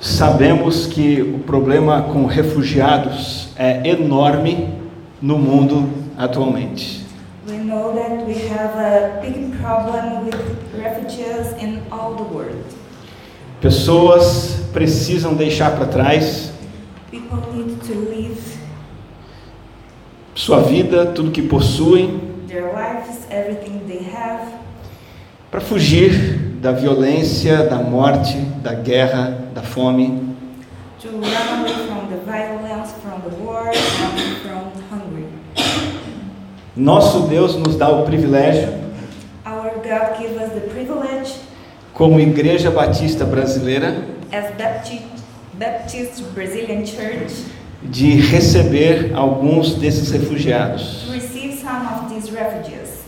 Sabemos que o problema com refugiados é enorme no mundo atualmente. We know that we have a big problem with refugees in all the world. Pessoas precisam deixar para trás People need to leave sua vida, tudo que possuem, their lives, everything they have, para fugir da violência, da morte, da guerra, da fome. to run away from the violence, from the war, and from hunger. Nosso Deus nos dá o privilégio, Our God gave us the privilege como Igreja Batista Brasileira, as Baptist, Baptist Brazilian Church de receber alguns desses refugiados. to receive some of these refugees.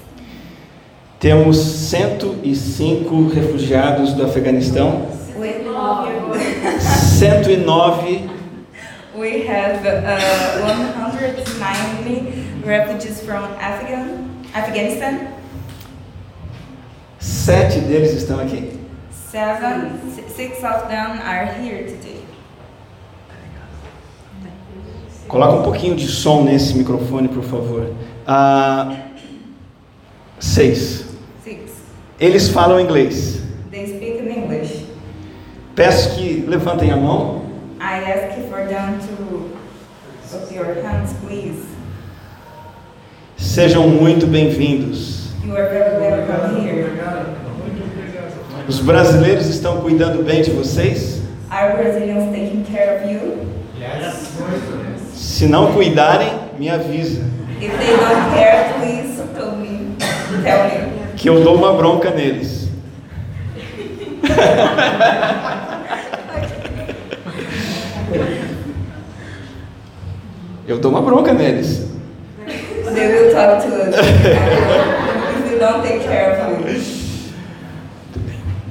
Temos 105 refugiados do Afeganistão, We have, Nove. 109 we have uh, 190 refugees from Afghan, Afghanistan. Sete deles estão aqui. Seven, s- six of them are here today. Coloca um pouquinho de som nesse microfone, por favor. Ah, seis. Six. Eles falam inglês. They speak in English. Peço que levantem a mão. I ask for them to put your hands, please. Sejam muito bem-vindos. You are very welcome here. Os brasileiros estão cuidando bem de vocês? Are Brazilians taking care of you? Se não cuidarem, me avisa, If they don't care, please tell me. Tell me. que eu dou uma bronca neles. Eu dou uma bronca neles. They will talk to us if you don't take care of you.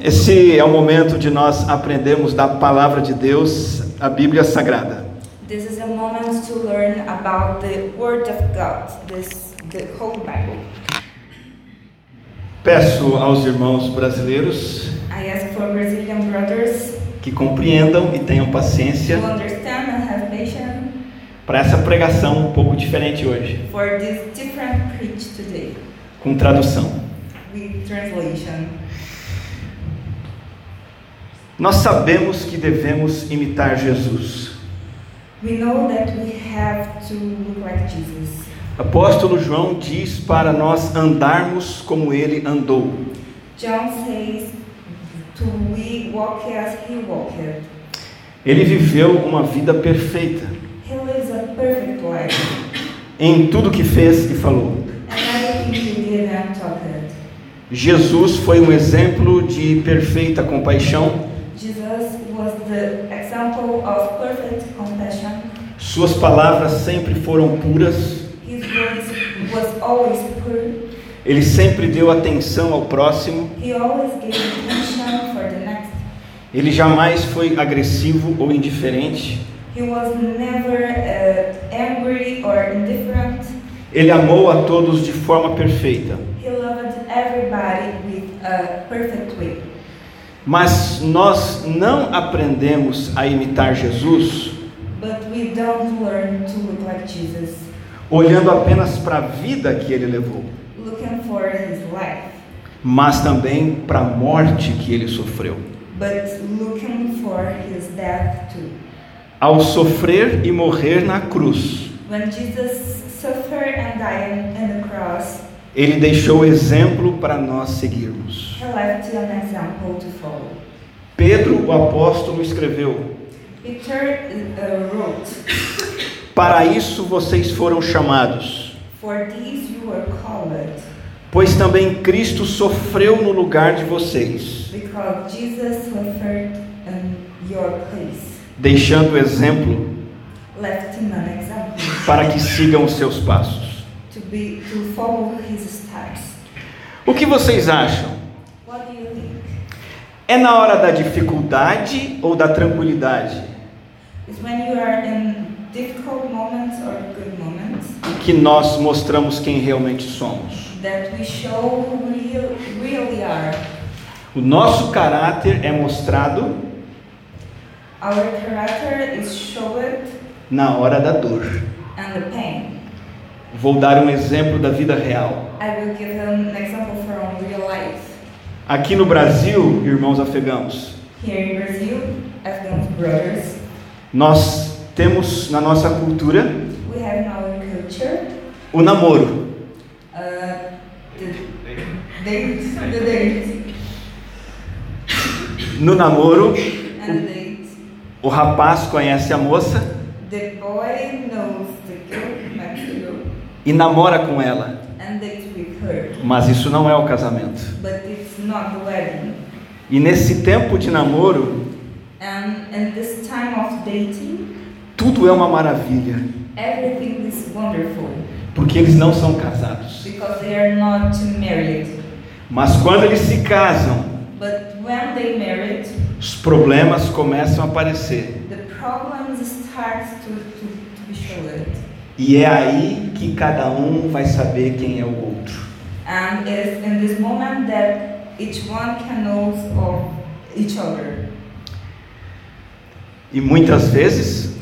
Esse é o momento de nós aprendermos da palavra de Deus, a Bíblia Sagrada. This is a moment to learn about the Word of God, this the whole Bible. Peço aos irmãos brasileiros I ask for Brazilian brothers que compreendam e tenham to paciência understand and have patience para essa pregação um pouco diferente hoje, for this different preach today com tradução. with translation. Nós sabemos que devemos imitar Jesus. We know that we have to look like Jesus. Apóstolo João diz para nós andarmos como ele andou. John says, "To we walk as he walked." Ele viveu uma vida perfeita He lives a perfect life. em tudo que fez e falou. And everything he did and taught. Jesus foi um exemplo de perfeita compaixão Jesus was the example of perfect compassion. Suas palavras sempre foram puras, His words was always pure. ele sempre deu atenção ao próximo, He always gave attention for the next. ele jamais foi agressivo ou indiferente. He was never uh, angry or indifferent. Ele amou a todos de forma perfeita. He loved everybody with a perfect way. Mas nós não aprendemos a imitar Jesus But we don't learn to look like Jesus, olhando apenas para a vida que ele levou, looking for his life, mas também para a morte que ele sofreu. but looking for his death too. Ao sofrer e morrer na cruz, When Jesus suffered and died on the cross, ele deixou exemplo para nós seguirmos. he left an example to follow. Pedro, o apóstolo, escreveu: Peter uh, wrote, Para isso vocês foram chamados, For these you were called, pois também Cristo sofreu no lugar de vocês, because Jesus suffered in your place, deixando exemplo left him an example para que sigam os seus passos. to be to follow his steps. O que vocês acham? What do you think? É na hora da dificuldade ou da tranquilidade It's when you are in difficult moments or good moments que nós mostramos quem realmente somos? that we show who we really are. O nosso caráter é mostrado Our character is showed na hora da dor. and the pain. Vou dar um exemplo da vida real. I will give an example from real life. Aqui no Brasil, irmãos afegãos, Here in Brazil, Afghan brothers, nós temos na nossa cultura we have in our culture o namoro. uh, the date, the date, No namoro, and the date. o rapaz conhece a moça The boy knows the girl Mexico e namora com ela. and dates with her, Mas isso não é o casamento. but it's not the wedding. E nesse tempo de namoro, And in this time of dating, tudo é uma maravilha, everything is wonderful porque eles não são casados. because they are not married. Mas quando eles se casam, But when they married, os problemas começam a aparecer. the problems starts to, to, to be shown. E é aí que cada um vai saber quem é o outro. And it is in this moment that each one can know of each other. E muitas vezes,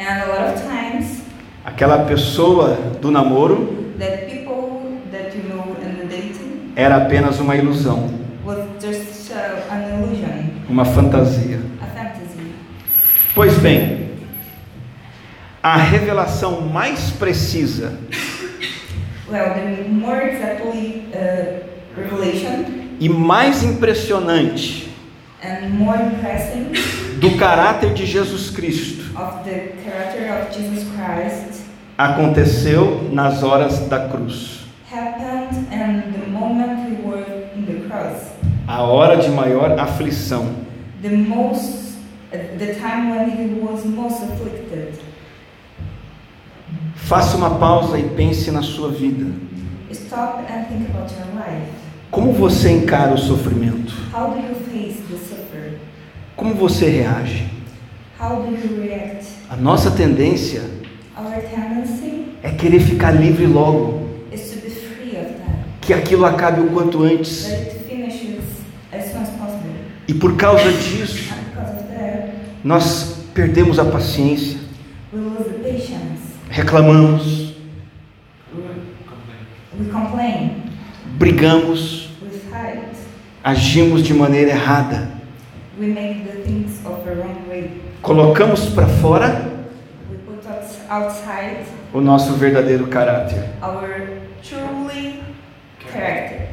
And a lot of times, aquela pessoa do namoro that people that you know in the dating era apenas uma ilusão, was just uh, an illusion, uma fantasia. a fantasy. Pois bem, a revelação mais precisa Well, the more exactly uh, revelation e mais impressionante and more impressive do caráter de Jesus Cristo of the character of Jesus Christ aconteceu nas horas da cruz. happened in the moment we were in the cross. A hora de maior aflição. The most, uh, the time when he was most afflicted. Faça uma pausa e pense na sua vida. Stop and think about your life. Como você encara o sofrimento? How do you face the suffer? Como você reage? How do you react? A nossa tendência Our tendency é querer ficar livre logo, is to be free of that. que aquilo acabe o quanto antes. Let it finishes as soon as possible. E por causa disso, And because of that, nós perdemos a paciência, we lose the patience. reclamamos, We complain. brigamos, We fight. agimos de maneira errada, We make the things of the wrong way. colocamos para fora We put us outside o nosso verdadeiro caráter. our truly character.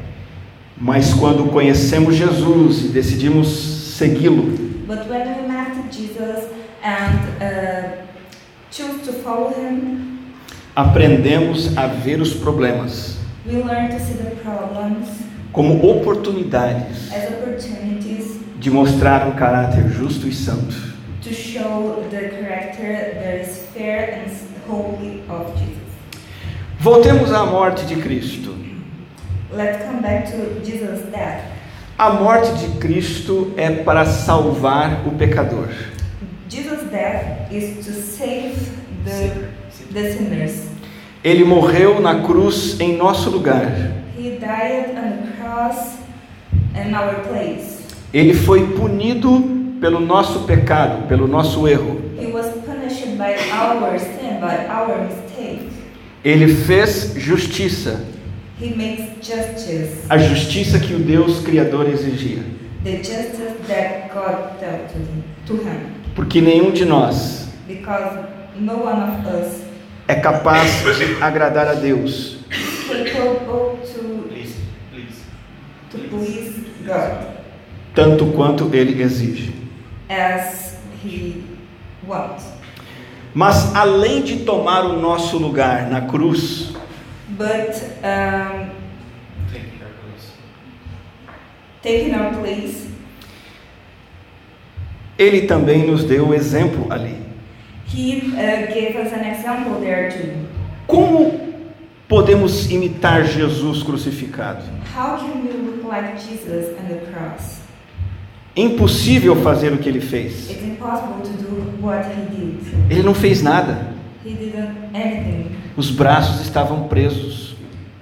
Mas quando conhecemos Jesus e decidimos segui-lo, But when we met Jesus and uh, choose to follow him, aprendemos a ver os problemas we learn to see the problems como oportunidades as opportunities de mostrar um caráter justo e santo. to show the character that is fair and holy of Jesus. Voltemos à morte de Cristo. Let's come back to Jesus' death. A morte de Cristo é para salvar o pecador. Jesus' death is to save the, the sinners. Ele morreu na cruz em nosso lugar. He died on the cross in our place. Ele foi punido pelo nosso pecado, pelo nosso erro. He was punished by our sin, by our mistake. Ele fez justiça, He makes justice, a justiça que o Deus Criador exigia. the justice that God dealt to him, to him Porque nenhum de nós because no one of us é capaz de agradar a Deus. is capable to, Please, please. to please God tanto quanto ele exige. as he wants. Mas além de tomar o nosso lugar na cruz, But um, Take care, please. taking our place ele também nos deu o exemplo ali. He uh, gave us an example there too. Como podemos imitar Jesus crucificado? How can we look like Jesus on the cross? Impossível fazer o que ele fez. It's impossible to do what he did. Ele não fez nada. He didn't anything. Os braços estavam presos.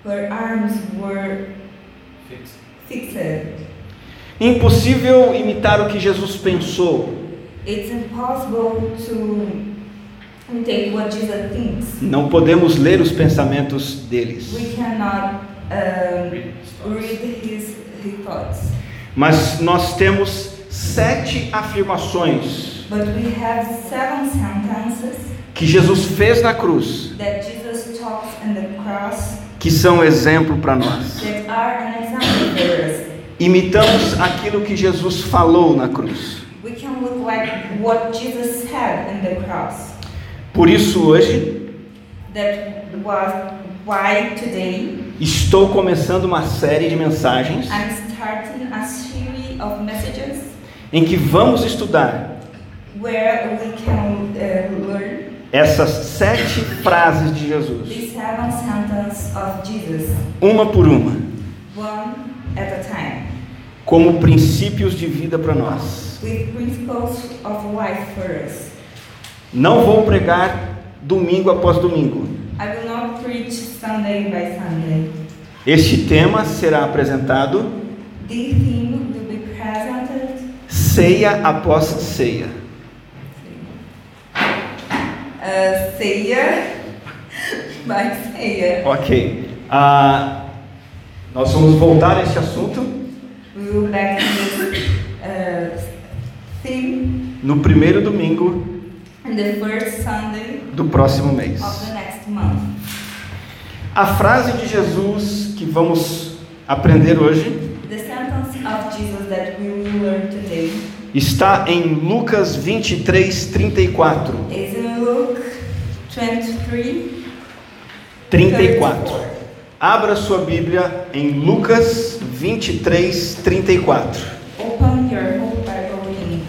Her arms were Fix. fixed. Impossível imitar o que Jesus pensou. It's impossible to take what Jesus thinks. Não podemos ler os pensamentos deles. We cannot um, Read his thoughts. read his, his thoughts. Mas nós temos sete afirmações But we have seven sentences que Jesus fez na cruz that Jesus talks on the cross que são exemplo para nós. that are an example for us. Imitamos aquilo que Jesus falou na cruz. We can look like what Jesus said in the cross. Por isso, hoje, That was why today estou começando uma série de mensagens I'm starting a series of messages em que vamos estudar where we can uh, learn essas sete frases de Jesus, the seven sentences of Jesus, uma por uma, one at a time, como princípios de vida para nós. with principles of life for us. Não vou pregar domingo após domingo. I will not preach Sunday by Sunday. Este tema será apresentado The theme will be presented ceia após ceia. uh, Sayer by Sayer. Ok. Ah, nós vamos voltar a este assunto We will back this uh, theme no primeiro domingo on the first Sunday do próximo mês. of the next month. A frase de Jesus que vamos aprender hoje The sentence of Jesus that we will learn today está em Lucas 23, 34. is in Luke 23 34. Abra sua Bíblia em Lucas 23, 34. Open your whole Bible in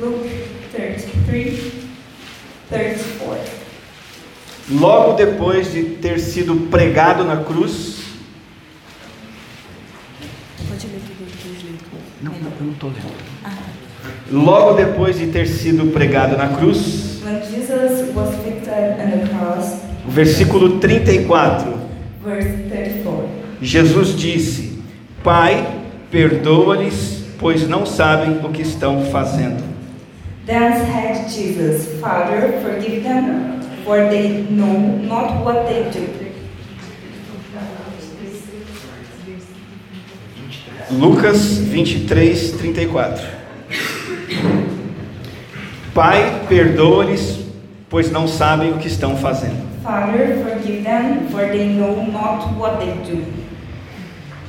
Luke 33 34. Logo depois de ter sido pregado na cruz. Pode ler tudo que eu eu não estou lendo. Ah. Logo depois de ter sido pregado na cruz, When Jesus was victim on the cross, o versículo 34, verse 34, Jesus disse: Pai, perdoa-lhes, pois não sabem o que estão fazendo. Then said Jesus, Father, forgive them, for they know not what they do. Lucas 23, 34. Pai, perdoa-lhes, pois não sabem o que estão fazendo. Father, forgive them, for they know not what they do.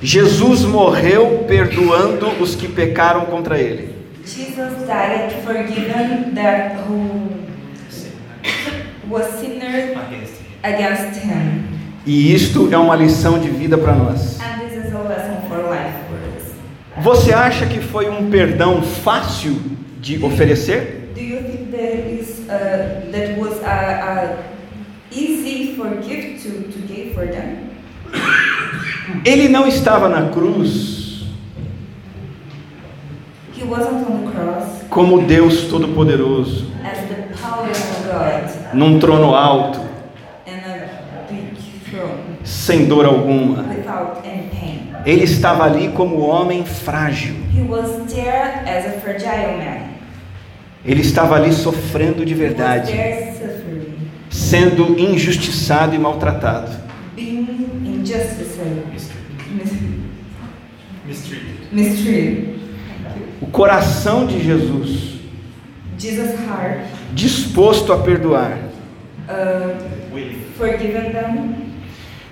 Jesus morreu perdoando os que pecaram contra ele. Jesus died forgiven that who was sinner Against him. against him. E isto é uma lição de vida para nós. And this is a lesson for life for us. Você acha que foi um perdão fácil de oferecer? Do you think there is uh, that was a, a easy forgive to, to give for them? Ele não estava na cruz He wasn't on the cross como Deus Todo-Poderoso, as the power of God num trono alto, in a big throne sem dor alguma. without any pain. Ele estava ali como homem frágil. He was there as a fragile man. Ele estava ali sofrendo de He was verdade, there suffering, sendo injustiçado e maltratado. being injustice, Mistreated. Mistreated. mistreated. O coração de Jesus, Jesus' heart disposto a perdoar, uh, Willing. forgiven them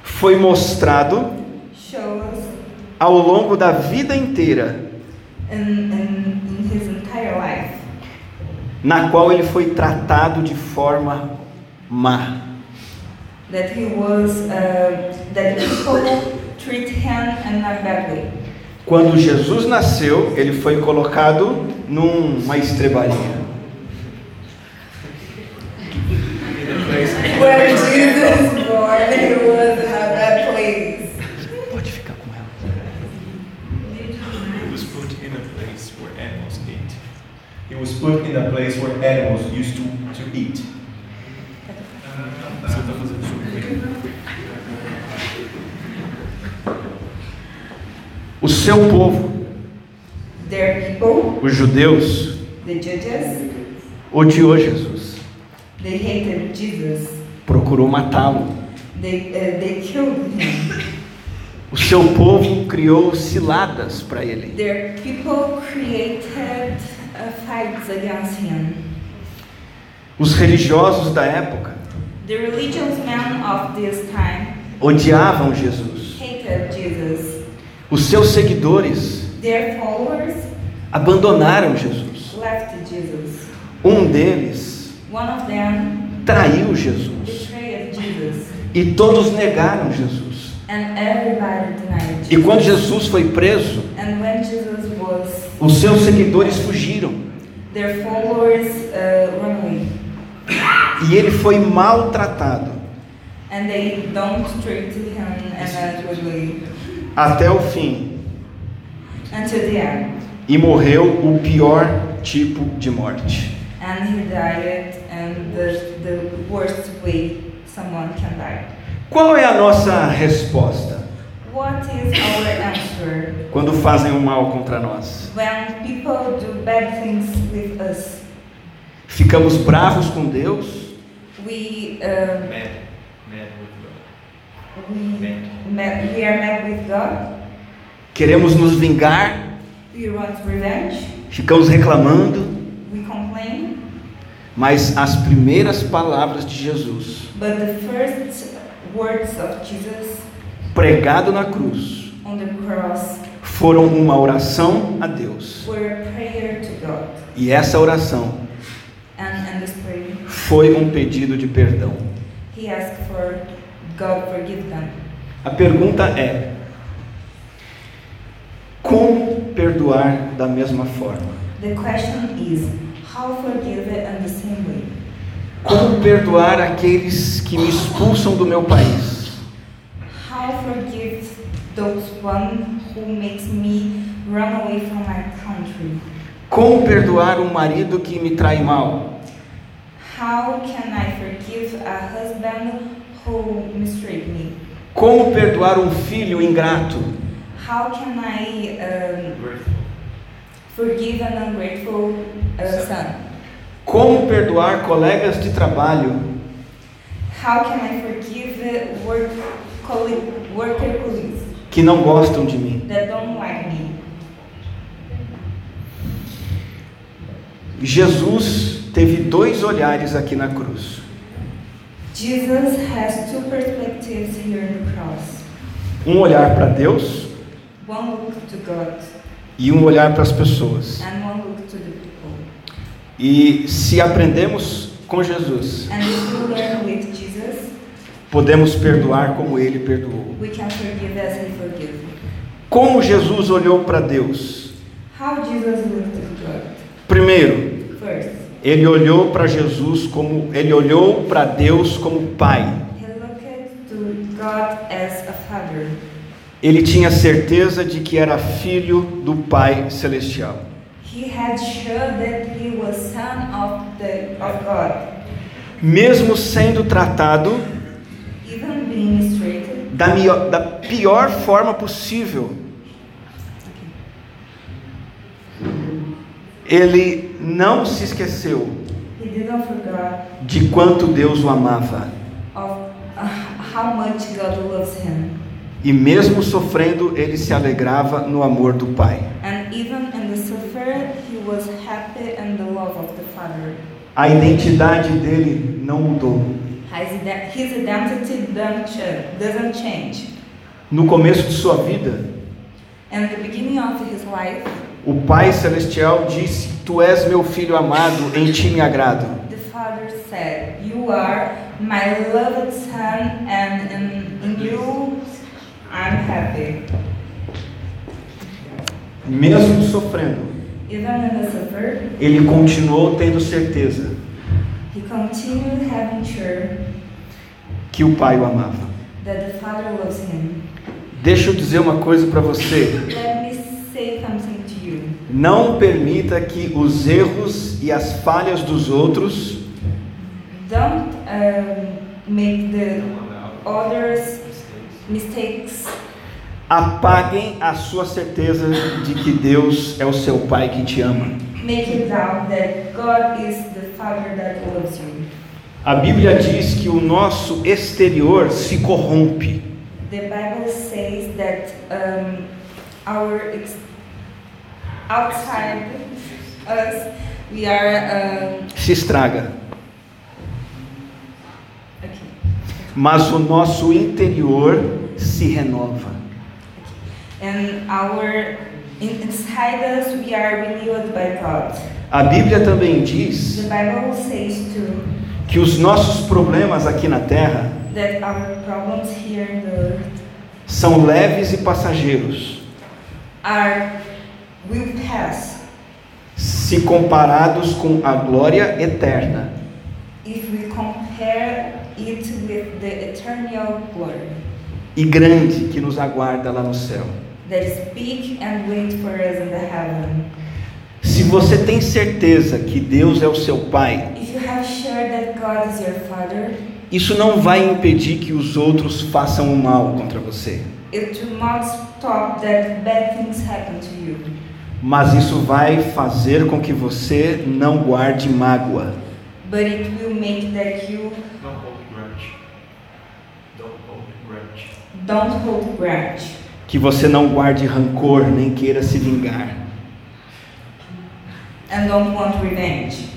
foi mostrado shows ao longo da vida inteira, in, in, in his entire life na qual ele foi tratado de forma má. that he was uh, that people treat him in a bad way. Quando Jesus nasceu, ele foi colocado numa estrebaria. In the place Where Jesus was born, he was in a bad place. Pode ficar com ela. He was put in a place where animals ate. He was put in a place where animals used to, to eat. Você tá fazendo isso O seu povo, Their people, os judeus, the judges, odiou Jesus, They hated Jesus. procurou matá-lo. They, uh, they killed him. O seu povo criou ciladas para ele. Their people created uh, fights against him. Os religiosos da época The religious men of this time odiavam Jesus. hated Jesus. Os seus seguidores Their followers abandonaram Jesus. left Jesus. Um deles One of them traiu Jesus. betrayed Jesus, E todos negaram Jesus. and everybody denied E Jesus. quando Jesus foi preso, And when Jesus was, os seus seguidores fugiram. their followers uh, run away, E ele foi maltratado and they don't treat him adequately até o fim. until the end. E morreu o pior tipo de morte. And he died, and the, the worst way someone can die. Qual é a nossa resposta What is our answer quando fazem o mal contra nós? when people do bad things with us? Ficamos bravos com Deus? We uh, Mad. Mad with God. we Mad. met, we are met with God. Queremos nos vingar? We want revenge. Ficamos reclamando? We complain. Mas as primeiras palavras de Jesus, But the first words of Jesus pregado na cruz, on the cross foram uma oração a Deus. were a prayer to God. E essa oração And in this prayer, foi um pedido de perdão. he asked for God forgive them. A pergunta é: como perdoar da mesma forma? The question is, how forgive it in the same way? Como perdoar aqueles que me expulsam do meu país? How forgive those one who makes me run away from my country? Como perdoar um marido que me trai mal? How can I forgive a husband who mistreat me? Como perdoar um filho ingrato? How can I um, Grateful. forgive an ungrateful uh, son? Como perdoar colegas de trabalho? How can I forgive uh, work colleague, worker colleagues que não gostam de mim. that don't like me? Jesus teve dois olhares aqui na cruz. Jesus has two perspectives here in the cross. Um olhar para Deus One look to God e um olhar para as pessoas. and one look to the people. E se aprendemos com Jesus, And if we learn with Jesus, podemos perdoar como ele perdoou. we can forgive as he forgives. Como Jesus olhou para Deus? How Jesus looked to God? Primeiro, First, ele olhou para Jesus como ele olhou para Deus como pai. he looked to God as a father. Ele tinha certeza de que era filho do Pai celestial. He had showed that he was son of the of God, Mesmo sendo tratado even being mistreated. da, mio- da pior forma possível. Ele não se esqueceu He didn't forget de quanto Deus o amava. of uh, how much God loves him. E mesmo sofrendo, ele se alegrava no amor do Pai. And even in the suffering, he was happy in the love of the Father. A identidade dele não mudou. His, ide- his identity don't ch- doesn't change. No começo de sua vida, In the beginning of his life, o Pai Celestial disse: Tu és meu filho amado, em ti me agrado. the Father said, You are my loved son, and in, in you I'm happy. Mesmo sofrendo, Even in the suffering, ele continuou tendo certeza he continued having sure que o Pai o amava. that the Father loves him. Deixa eu dizer uma coisa para você. Let me say something to you. Não permita que os erros e as falhas dos outros Don't um, make the Someone out. others Mistakes. mistakes apaguem a sua certeza de que Deus é o seu Pai que te ama. make it down that God is the Father that loves you. A Bíblia diz que o nosso exterior se corrompe, The Bible says that um, our ex- outside us, we are um, se estraga, okay. mas o nosso interior se renova. and our in- inside us we are renewed by God. A Bíblia também diz The Bible says too que os nossos problemas aqui na terra that our problems here in the earth são leves e passageiros, are will pass se comparados com a glória eterna. if we compare it with the eternal glory e grande que nos aguarda lá no céu. that is big and wait for us in the heaven. Se você tem certeza que Deus é o seu Pai, If you have sure that God is your Father, isso não vai impedir que os outros façam o mal contra você, it will not stop that bad things happen to you, mas isso vai fazer com que você não guarde mágoa. but it will make that you Don't hold grudge. Don't hold grudge. don't hold grudge, Que você não guarde rancor nem queira se vingar. and don't want revenge.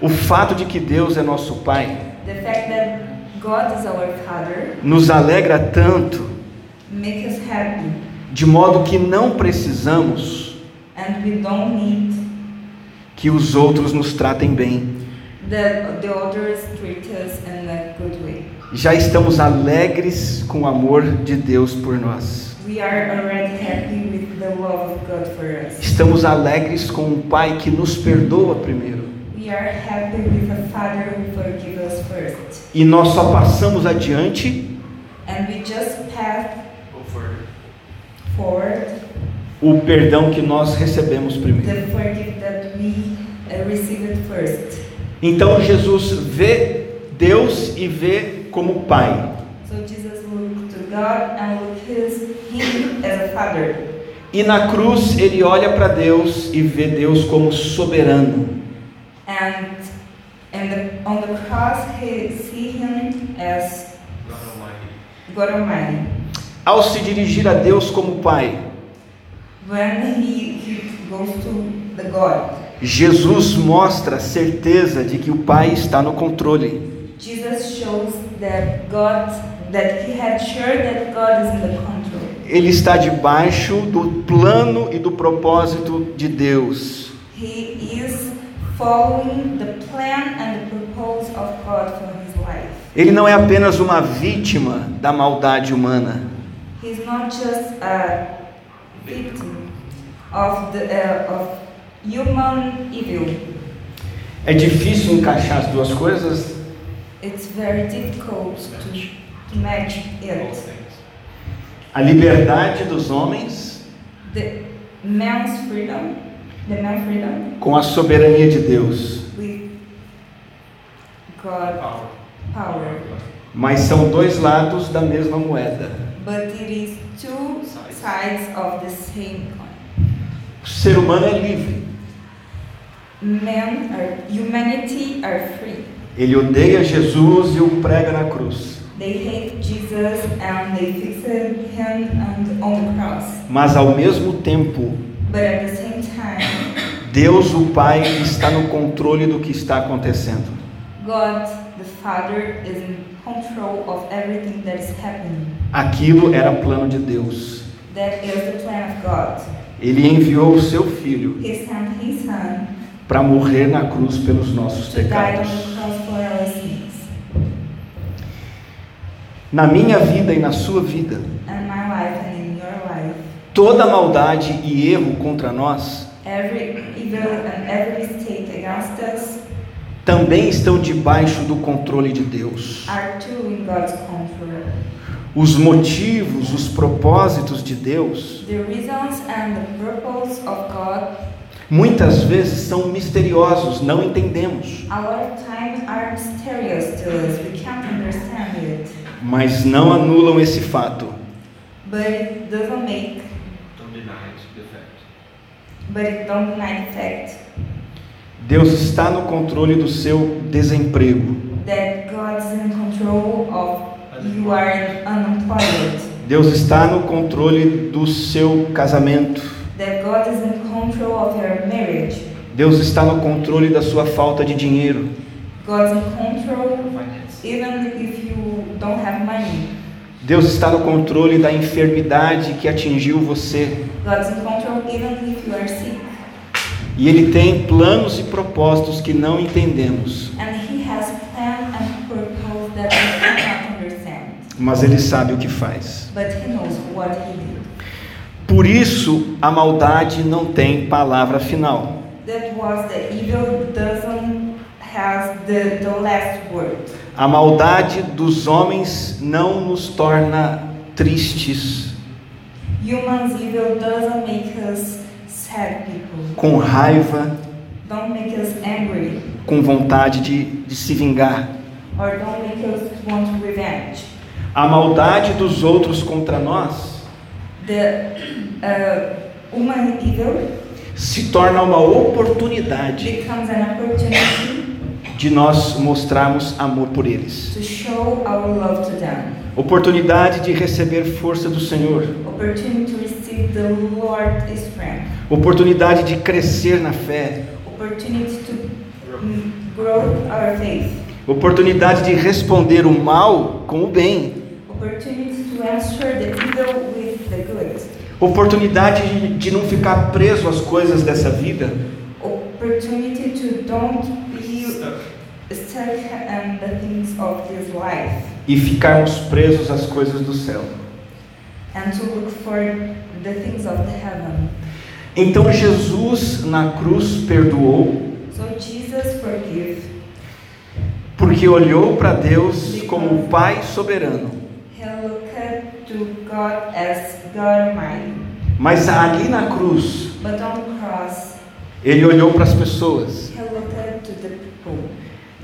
O fato de que Deus é nosso Pai The fact that God is our Father nos alegra tanto, makes us happy, de modo que não precisamos and we don't need que os outros nos tratem bem. the the others treat us in a good way. Já estamos alegres com o amor de Deus por nós. We are already happy with the love of God for us. Estamos alegres com um Pai que nos perdoa primeiro. We are happy with a Father who forgives us first, E nós só passamos adiante and we just pass Over. forward o perdão que nós recebemos primeiro. the forgive that we uh, received first. Então Jesus vê Deus e vê como Pai. So Jesus looked to God and looked his, him as a father. E na cruz ele olha para Deus e vê Deus como soberano. And, and the, on the cross, he see him as God Almighty. God Almighty. Ao se dirigir a Deus como Pai, When he, he goes to the God, Jesus mostra a certeza de que o Pai está no controle. Jesus shows that God, that he had sure that God is in the control. Ele está debaixo do plano e do propósito de Deus. He is following the plan and the purpose of God for his life. Ele não é apenas uma vítima da maldade humana. He's not just a victim of the uh, of human evil. É difícil encaixar as duas coisas, It's very difficult to, to match All it. things. a liberdade dos homens The man's freedom, the man's freedom com a soberania de Deus, with God Power. power, mas são dois lados da mesma moeda. but it is two sides of the same coin. O ser humano é livre. Men are humanity are free. Ele odeia Jesus e o prega na cruz. They hate Jesus and they fixed him and on the cross. Mas ao mesmo tempo, But at the same time, Deus, o Pai, está no controle do que está acontecendo. God the Father is in control of everything that is happening. Aquilo era plano de Deus. That is the plan of God. Ele enviou o seu filho He sent His Son para morrer na cruz pelos nossos to die on pecados. the cross for our sins. Na minha vida e na sua vida, And my life and in your life, toda maldade e erro contra nós every evil and every mistake against us também estão debaixo do controle de Deus. are too in God's control. Os motivos, os propósitos de Deus The reasons and the purpose of God muitas vezes são misteriosos, não entendemos. a lot of times are mysterious to us. We can't understand it. Mas não anulam esse fato. But it doesn't make Don't deny it, the fact. but it don't deny the fact Deus está no controle do seu desemprego. that God's in control of you are unemployed, Deus está no controle do seu casamento. that God is in control of your marriage, Deus está no controle da sua falta de dinheiro. God's in control Finance. even if you don't have money, Deus está no controle da enfermidade que atingiu você. God's in control even if you are sick, E Ele tem planos e propósitos que não entendemos, and He has plan and purpose that we cannot understand, mas Ele sabe o que faz. but He knows what He did. Por isso, a maldade não tem palavra final. That was the evil doesn't has the, the last word. A maldade dos homens não nos torna tristes, Humans evil doesn't make us sad people. com raiva, Don't make us angry com vontade de, de se vingar. or don't make us want revenge. A maldade dos outros contra nós The uh, human evil se torna uma oportunidade becomes an opportunity de nós mostrarmos amor por eles. to show our love to them. Oportunidade de receber força do Senhor. Opportunity to receive the Lord's strength. Oportunidade de crescer na fé. Opportunity to mm, grow our faith. Oportunidade de responder o mal com o bem. Opportunity to answer the evil with the good. Oportunidade de- de não ficar preso às coisas dessa vida. Opportunity to don't be Stuck. stuck on the things of this life E ficarmos presos às coisas do céu. and to look for the things of the heaven. Então Jesus na cruz perdoou, So Jesus forgive. porque olhou para Deus como o Pai soberano. He looked to God as God Almighty. Mas ali na cruz, But on the cross, ele olhou para as pessoas he looked to the people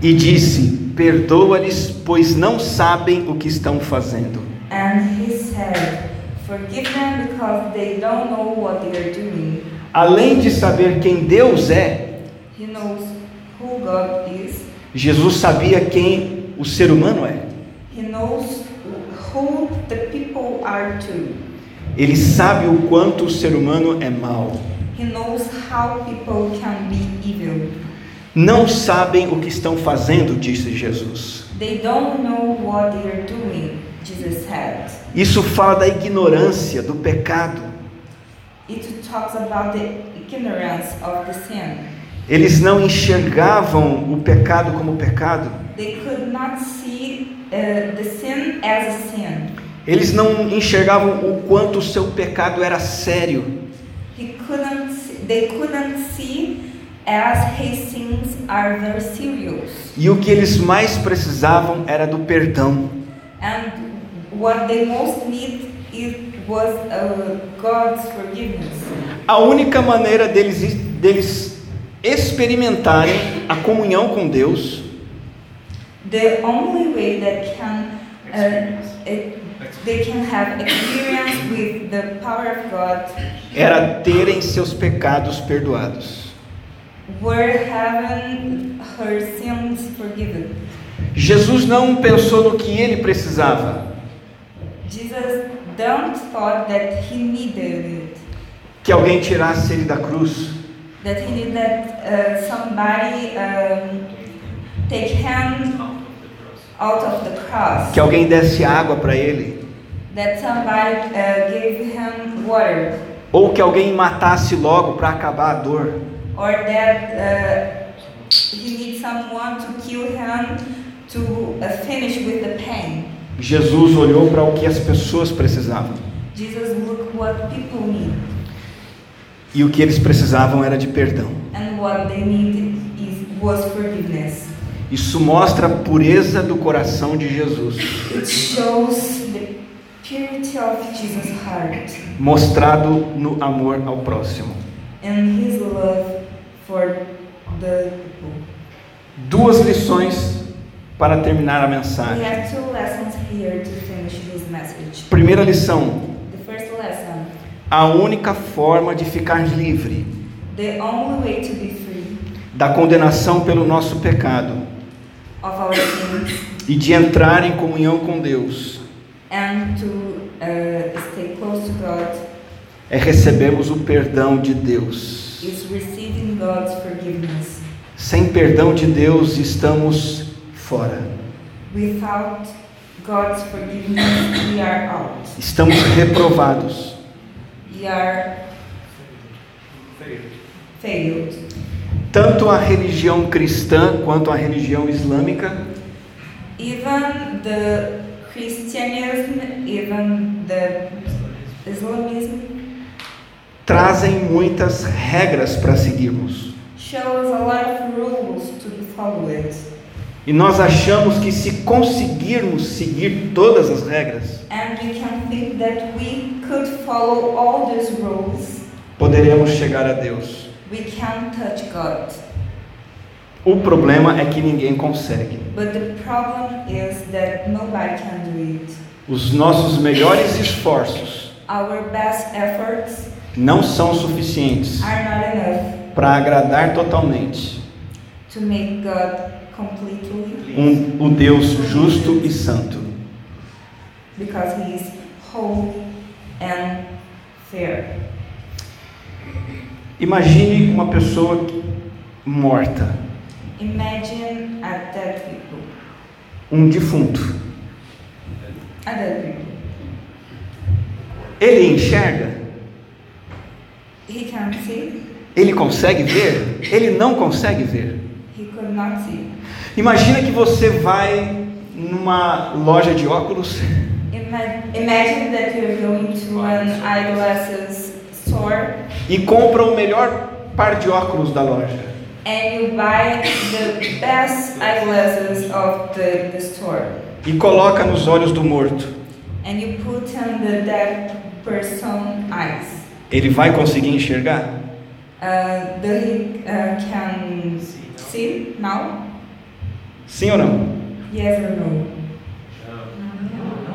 e disse: Perdoa-lhes, pois não sabem o que estão fazendo. and he said, Forgive them because they don't know what they are doing. Além de saber quem Deus é, He knows who God is, Jesus sabia quem o ser humano é. he knows who the people are too. Ele sabe o quanto o ser humano é mau. He knows how people can be evil. Não sabem o que estão fazendo, disse Jesus. They don't know what they are doing, Jesus said. Isso fala da ignorância, do pecado. It talks about the ignorance of the sin. Eles não enxergavam o pecado como pecado. They could not see uh, the sin as a sin. Eles não enxergavam o quanto o seu pecado era sério. He couldn't. See, they couldn't see as his sins are very serious. E o que eles mais precisavam era do perdão. And what they most need it was uh, God's forgiveness. A única maneira deles, deles experimentarem a comunhão com Deus The only way that can uh, it they can have experience with the power of God, era terem seus pecados perdoados. were having her sins forgiven. Jesus não pensou no que ele precisava, Jesus don't thought that he needed it, que alguém tirasse ele da cruz. that he needed that uh, somebody um, take him out of the cross, que alguém desse água para ele, that somebody uh, gave him water, ou que alguém matasse logo para acabar a dor. or that uh, he needs someone to kill him to uh, finish with the pain. Jesus olhou para o que as pessoas precisavam, Jesus look what people need e o que eles precisavam era de perdão. and what they needed is was forgiveness. Isso mostra a pureza do coração de Jesus, It shows the purity of Jesus' heart mostrado no amor ao próximo. and his love for the people. Duas lições para terminar a We mensagem. have two lessons here to finish his message. Primeira lição: The first lesson a única forma de ficar livre The only way to be free da condenação pelo nosso pecado of our sins e de entrar em comunhão com Deus and to uh, stay close to God é recebermos o perdão de Deus. is receiving God's forgiveness. Sem perdão de Deus estamos fora. Without God's forgiveness, we are out. Estamos reprovados. We are failed. Tanto a religião cristã quanto a religião islâmica Even the Christianism, even the Islamism trazem muitas regras para seguirmos. shows a lot of rules to be followed. E nós achamos que se conseguirmos seguir todas as regras, And we can think that we could follow all these rules. poderemos chegar a Deus. We can touch God. O problema é que ninguém consegue. But the problem is that nobody can do it. Os nossos melhores esforços Our best efforts não são suficientes are not enough para agradar totalmente to make God completely um, o Deus justo e santo. because He is holy and fair. Imagine uma pessoa morta, Imagine a dead people. um defunto. A dead people. Ele enxerga? He can see, Ele consegue ver? Ele não consegue ver. he could not see. Imagina que você vai numa loja de óculos Ima- Imagine that you're going to an eyeglasses store e compra o melhor par de óculos da loja. and you buy the best eyeglasses of the, the store e coloca nos olhos do morto. and you put on the dead person eyes. Ele vai conseguir enxergar? Uh, then he uh, can see now? Sim ou não? Yes or no?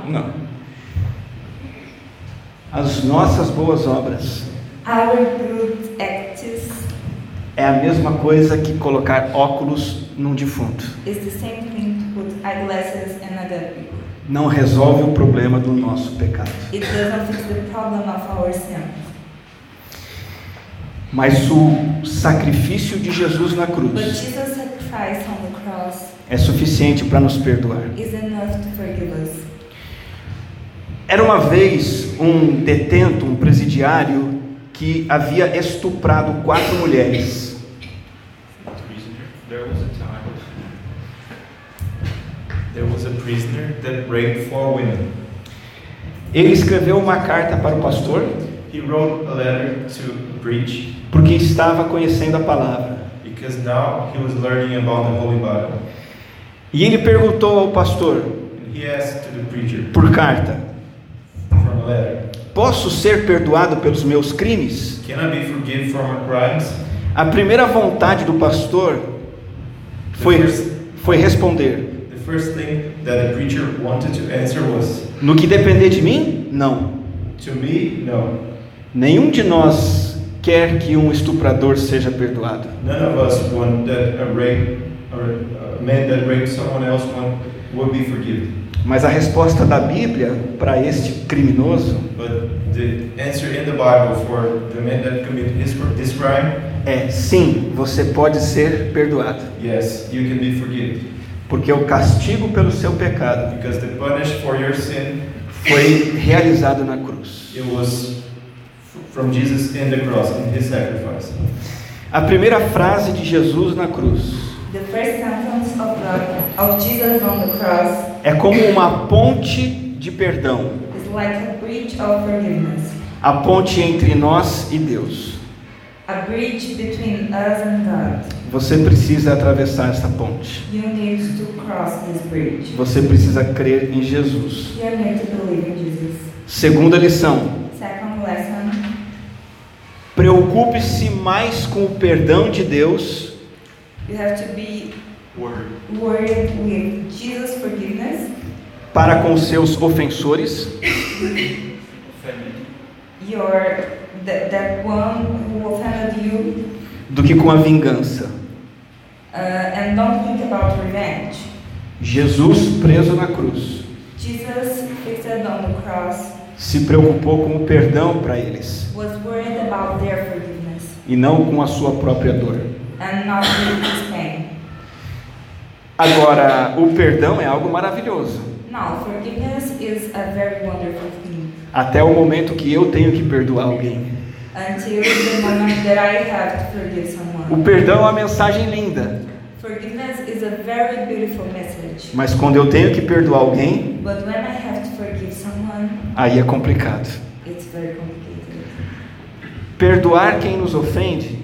Um, Não. As nossas boas obras Our good acts é a mesma coisa que colocar óculos num defunto. is the same thing to put eyeglasses in a dead people. Não resolve o problema do nosso pecado. It doesn't fix the problem of our sin. Mas o sacrifício de Jesus na But cruz Jesus' sacrifice on the cross é suficiente para nos perdoar. is enough to forgive us. Era uma vez um detento, um presidiário, que havia estuprado quatro mulheres. There was a time. There was a prisoner that raped four women. Ele escreveu uma carta para o pastor He wrote a letter to preach porque estava conhecendo a palavra. because now he was learning about the Holy Bible. E ele perguntou ao pastor, And he asked to the preacher por carta: from a letter, Posso ser perdoado pelos meus crimes? Can I be forgiven for my crimes? A primeira vontade do pastor foi, foi responder: The first thing that the preacher wanted to answer was, No que depender de mim? Não. To me, no. Nenhum de nós quer que um estuprador seja perdoado. None of us want that a rape, or a man that raped someone else want, will be forgiven. Mas a resposta da Bíblia para este criminoso But the answer in the Bible for the man that committed his, this crime, é: Sim, você pode ser perdoado. yes, you can be forgiven. Porque o castigo pelo seu pecado Because the punishment for your sin, foi realizado na cruz. it was f- from Jesus in the cross, in his sacrifice. A primeira frase de Jesus na cruz The first sentence of, the, of Jesus on the cross é como uma ponte de perdão is like a bridge of forgiveness, a ponte entre nós e Deus. a bridge between us and God. Você precisa atravessar essa ponte. You need to cross this bridge. Você precisa crer em Jesus. You need to believe in Jesus. Segunda lição: Second lesson preocupe-se mais com o perdão de Deus you have to be Word. worried with Jesus' forgiveness, para com seus ofensores your that, that one who offended you do que com a vingança. uh, and don't think about revenge. Jesus, preso na cruz, Jesus fixed on the cross se preocupou com o perdão para eles was worried about their forgiveness e não com a sua própria dor. and not with his pain. Agora, o perdão é algo maravilhoso. Now, forgiveness is a very wonderful thing Até o momento que eu tenho que perdoar alguém. until the moment that I have to forgive someone. O perdão é uma mensagem linda, Forgiveness is a very beautiful message, mas quando eu tenho que perdoar alguém, but when I have to forgive someone, aí é complicado. it's very complicated. Perdoar quem nos ofende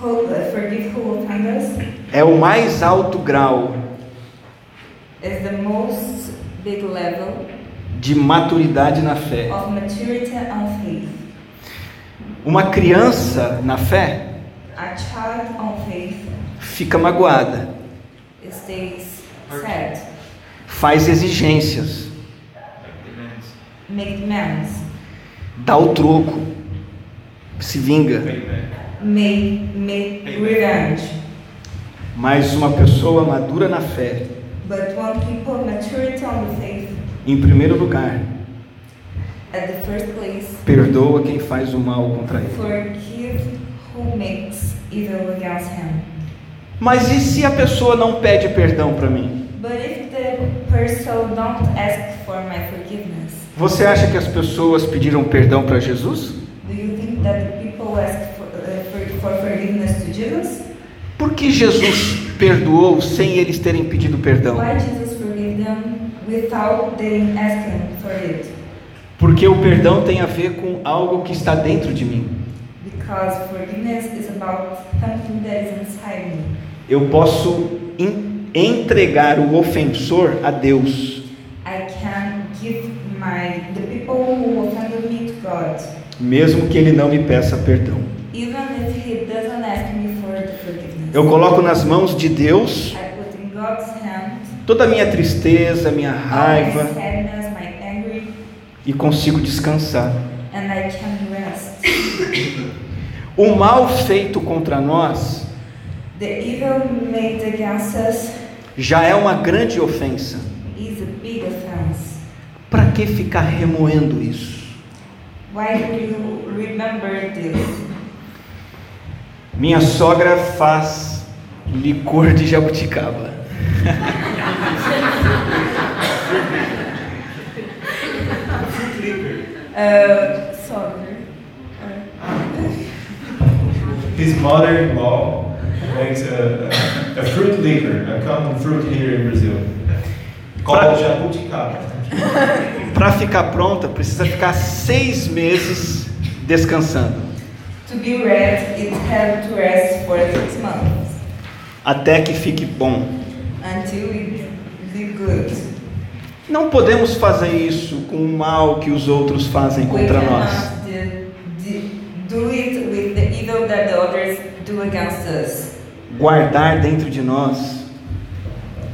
Who, uh, forgive who offend us é o mais alto grau is the most big level de maturidade na fé. of maturity and faith. Uma criança na fé A child on faith fica magoada, stays sad, faz exigências, make demands, dá o troco, se vinga. Amen. make, make revenge. Mas uma pessoa madura na fé, But when people maturity on the faith, em primeiro lugar, at the first place, perdoa quem faz o mal contra ele. forgive who makes evil against him. Mas e se a pessoa não pede perdão para mim? But if the person don't ask for my forgiveness, Você acha que as pessoas pediram perdão para Jesus? do you think that the people ask for, uh, for, for forgiveness to Jesus? Por que Jesus perdoou sem eles terem pedido perdão? Why Jesus forgive them without them asking for it? Porque o perdão tem a ver com algo que está dentro de mim. Because forgiveness is about something that is inside me. Eu posso en- entregar o ofensor a Deus, I can give my the people who offended me to God, mesmo que ele não me peça perdão. even if He doesn't ask me for the forgiveness. Eu coloco nas mãos de Deus I put in God's hands toda a minha tristeza, minha my raiva sadness, my anger, e consigo descansar. and I can rest. O mal feito contra nós The evil made against us já é uma grande ofensa. is a big offense. Para que ficar remoendo isso? Why do you remember this? Minha sogra faz licor de jabuticaba. Uh, sorry. Uh, His mother-in-law makes a, a, a fruit liquor, a common fruit here in Brazil, called jabuticaba. Para ficar pronta, precisa ficar seis meses descansando To be rest, it had to rest for six months até que fique bom. until it be good. Não podemos fazer isso com o mal que os outros fazem We contra cannot nós. do, do, do it with the evil that the others do against us. Guardar dentro de nós,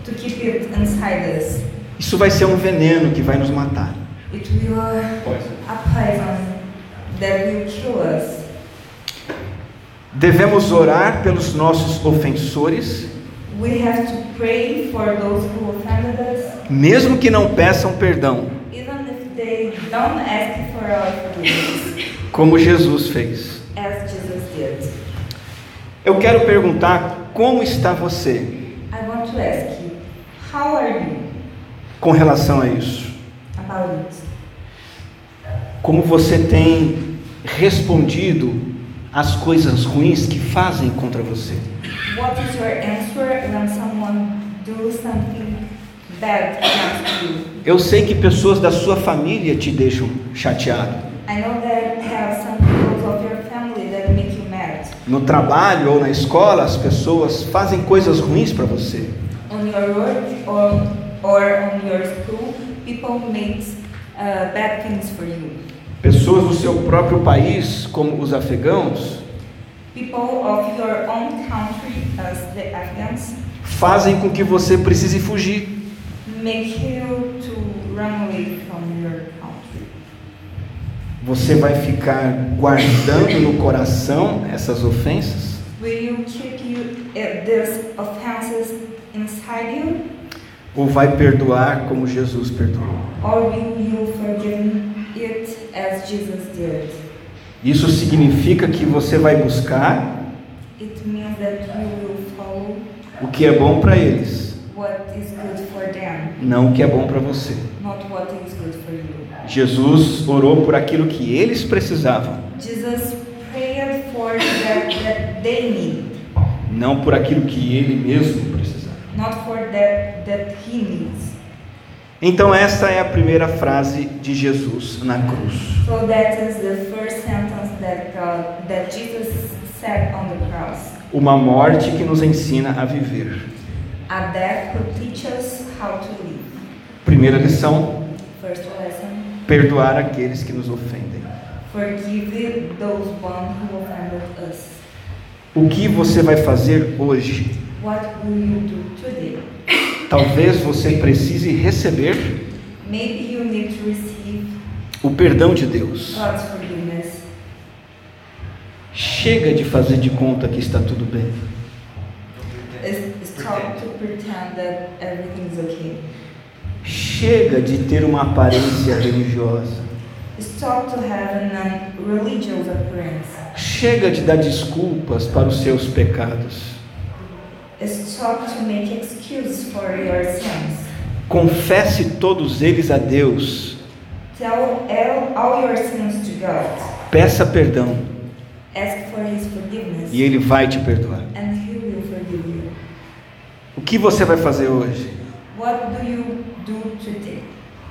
To keep it inside us, isso vai ser um veneno que vai nos matar. it will a Poison. poison that will kill us. Devemos orar pelos nossos ofensores, We have to pray for those who offended us, mesmo que não peçam perdão, even if they don't ask for our forgiveness, como Jesus fez. as Jesus did. Eu quero perguntar como está você I want to ask you, how are you com relação a isso? about it? Como você tem respondido às coisas ruins que fazem contra você? What is your answer when someone do something bad against you? Eu sei que pessoas da sua família te deixam chateado, I know that you have some people of your family that make you mad. no trabalho ou na escola, as pessoas fazem coisas ruins para você. On your work or, or on your school, people make uh, bad things for you. Pessoas do seu próprio país, como os afegãos, People of your own country, as the Afghans, fazem com que você precise fugir. make you to run away from your country. Você vai ficar guardando no coração essas ofensas? Will you keep you, uh, these offenses inside you, Ou vai perdoar como Jesus perdoou? or will you forgive it as Jesus did? Isso significa que você vai buscar It means that you will follow o que é bom para eles, what is good for them, não o que é bom para você. not what is good for you. Jesus orou por aquilo que eles precisavam, Jesus prayed for that, that they need, não por aquilo que ele mesmo precisava. not for that that he needs. Então, essa é a primeira frase de Jesus na cruz. So that is the first sentence that uh, that Jesus said on the cross. Uma morte que nos ensina a viver. A death who teaches how to live. Primeira lição: First lesson: perdoar aqueles que nos ofendem. forgive those one who offended us. O que você vai fazer hoje? What will you do today? Talvez você precise receber Maybe you need to receive o perdão de Deus. God's forgiveness. Chega de fazer de conta que está tudo bem. Is- Stop to pretend that everything is okay. Chega de ter uma aparência religiosa. Stop to have an religious appearance. Chega de dar desculpas para os seus pecados. Stop to make excuse for your sins. Confesse todos eles a Deus. Tell all- all your sins to God. Peça perdão Ask for His forgiveness, e Ele vai te perdoar. and He will forgive you. O que você vai fazer hoje? What do you do today?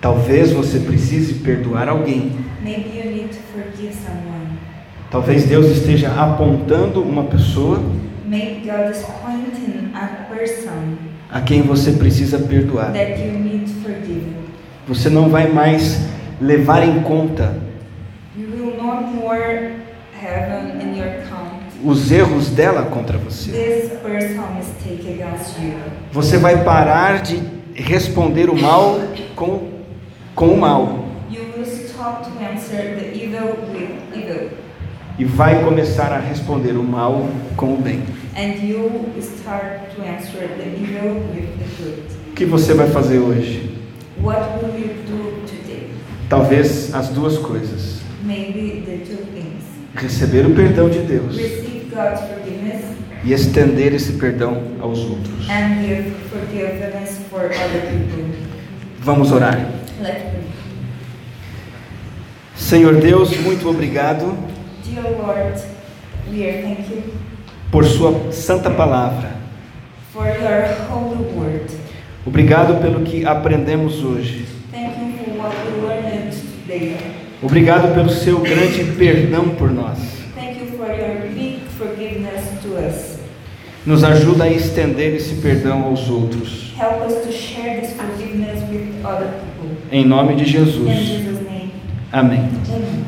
Talvez você precise perdoar alguém. Maybe you need to forgive someone. Talvez Deus esteja apontando uma pessoa Maybe God is pointing a person a quem você precisa perdoar. that you need to forgive. Você não vai mais levar em conta You will not more have in your count os erros dela contra você. this person's mistake against you. Você vai parar de responder o mal com, com o mal You will stop to answer the evil with evil. e vai começar a responder o mal com o bem. And you start to answer the evil with the good. O que você vai fazer hoje? What will you do today? Talvez as duas coisas: Maybe the two things. receber o perdão de Deus Receive God's forgiveness e estender esse perdão aos outros. and give forgiveness for other people. Vamos orar. Let me. Senhor Deus, muito obrigado Dear Lord, we are thank you por Sua santa palavra. for your holy word. Obrigado pelo que aprendemos hoje. Thank you for what we learned today. Obrigado pelo seu grande perdão por nós. Thank you for your big forgiveness to us. Nos ajuda a estender esse perdão aos outros. Help us to share this forgiveness with other people. Em nome de In Jesus. Jesus' name. Amém. Amen.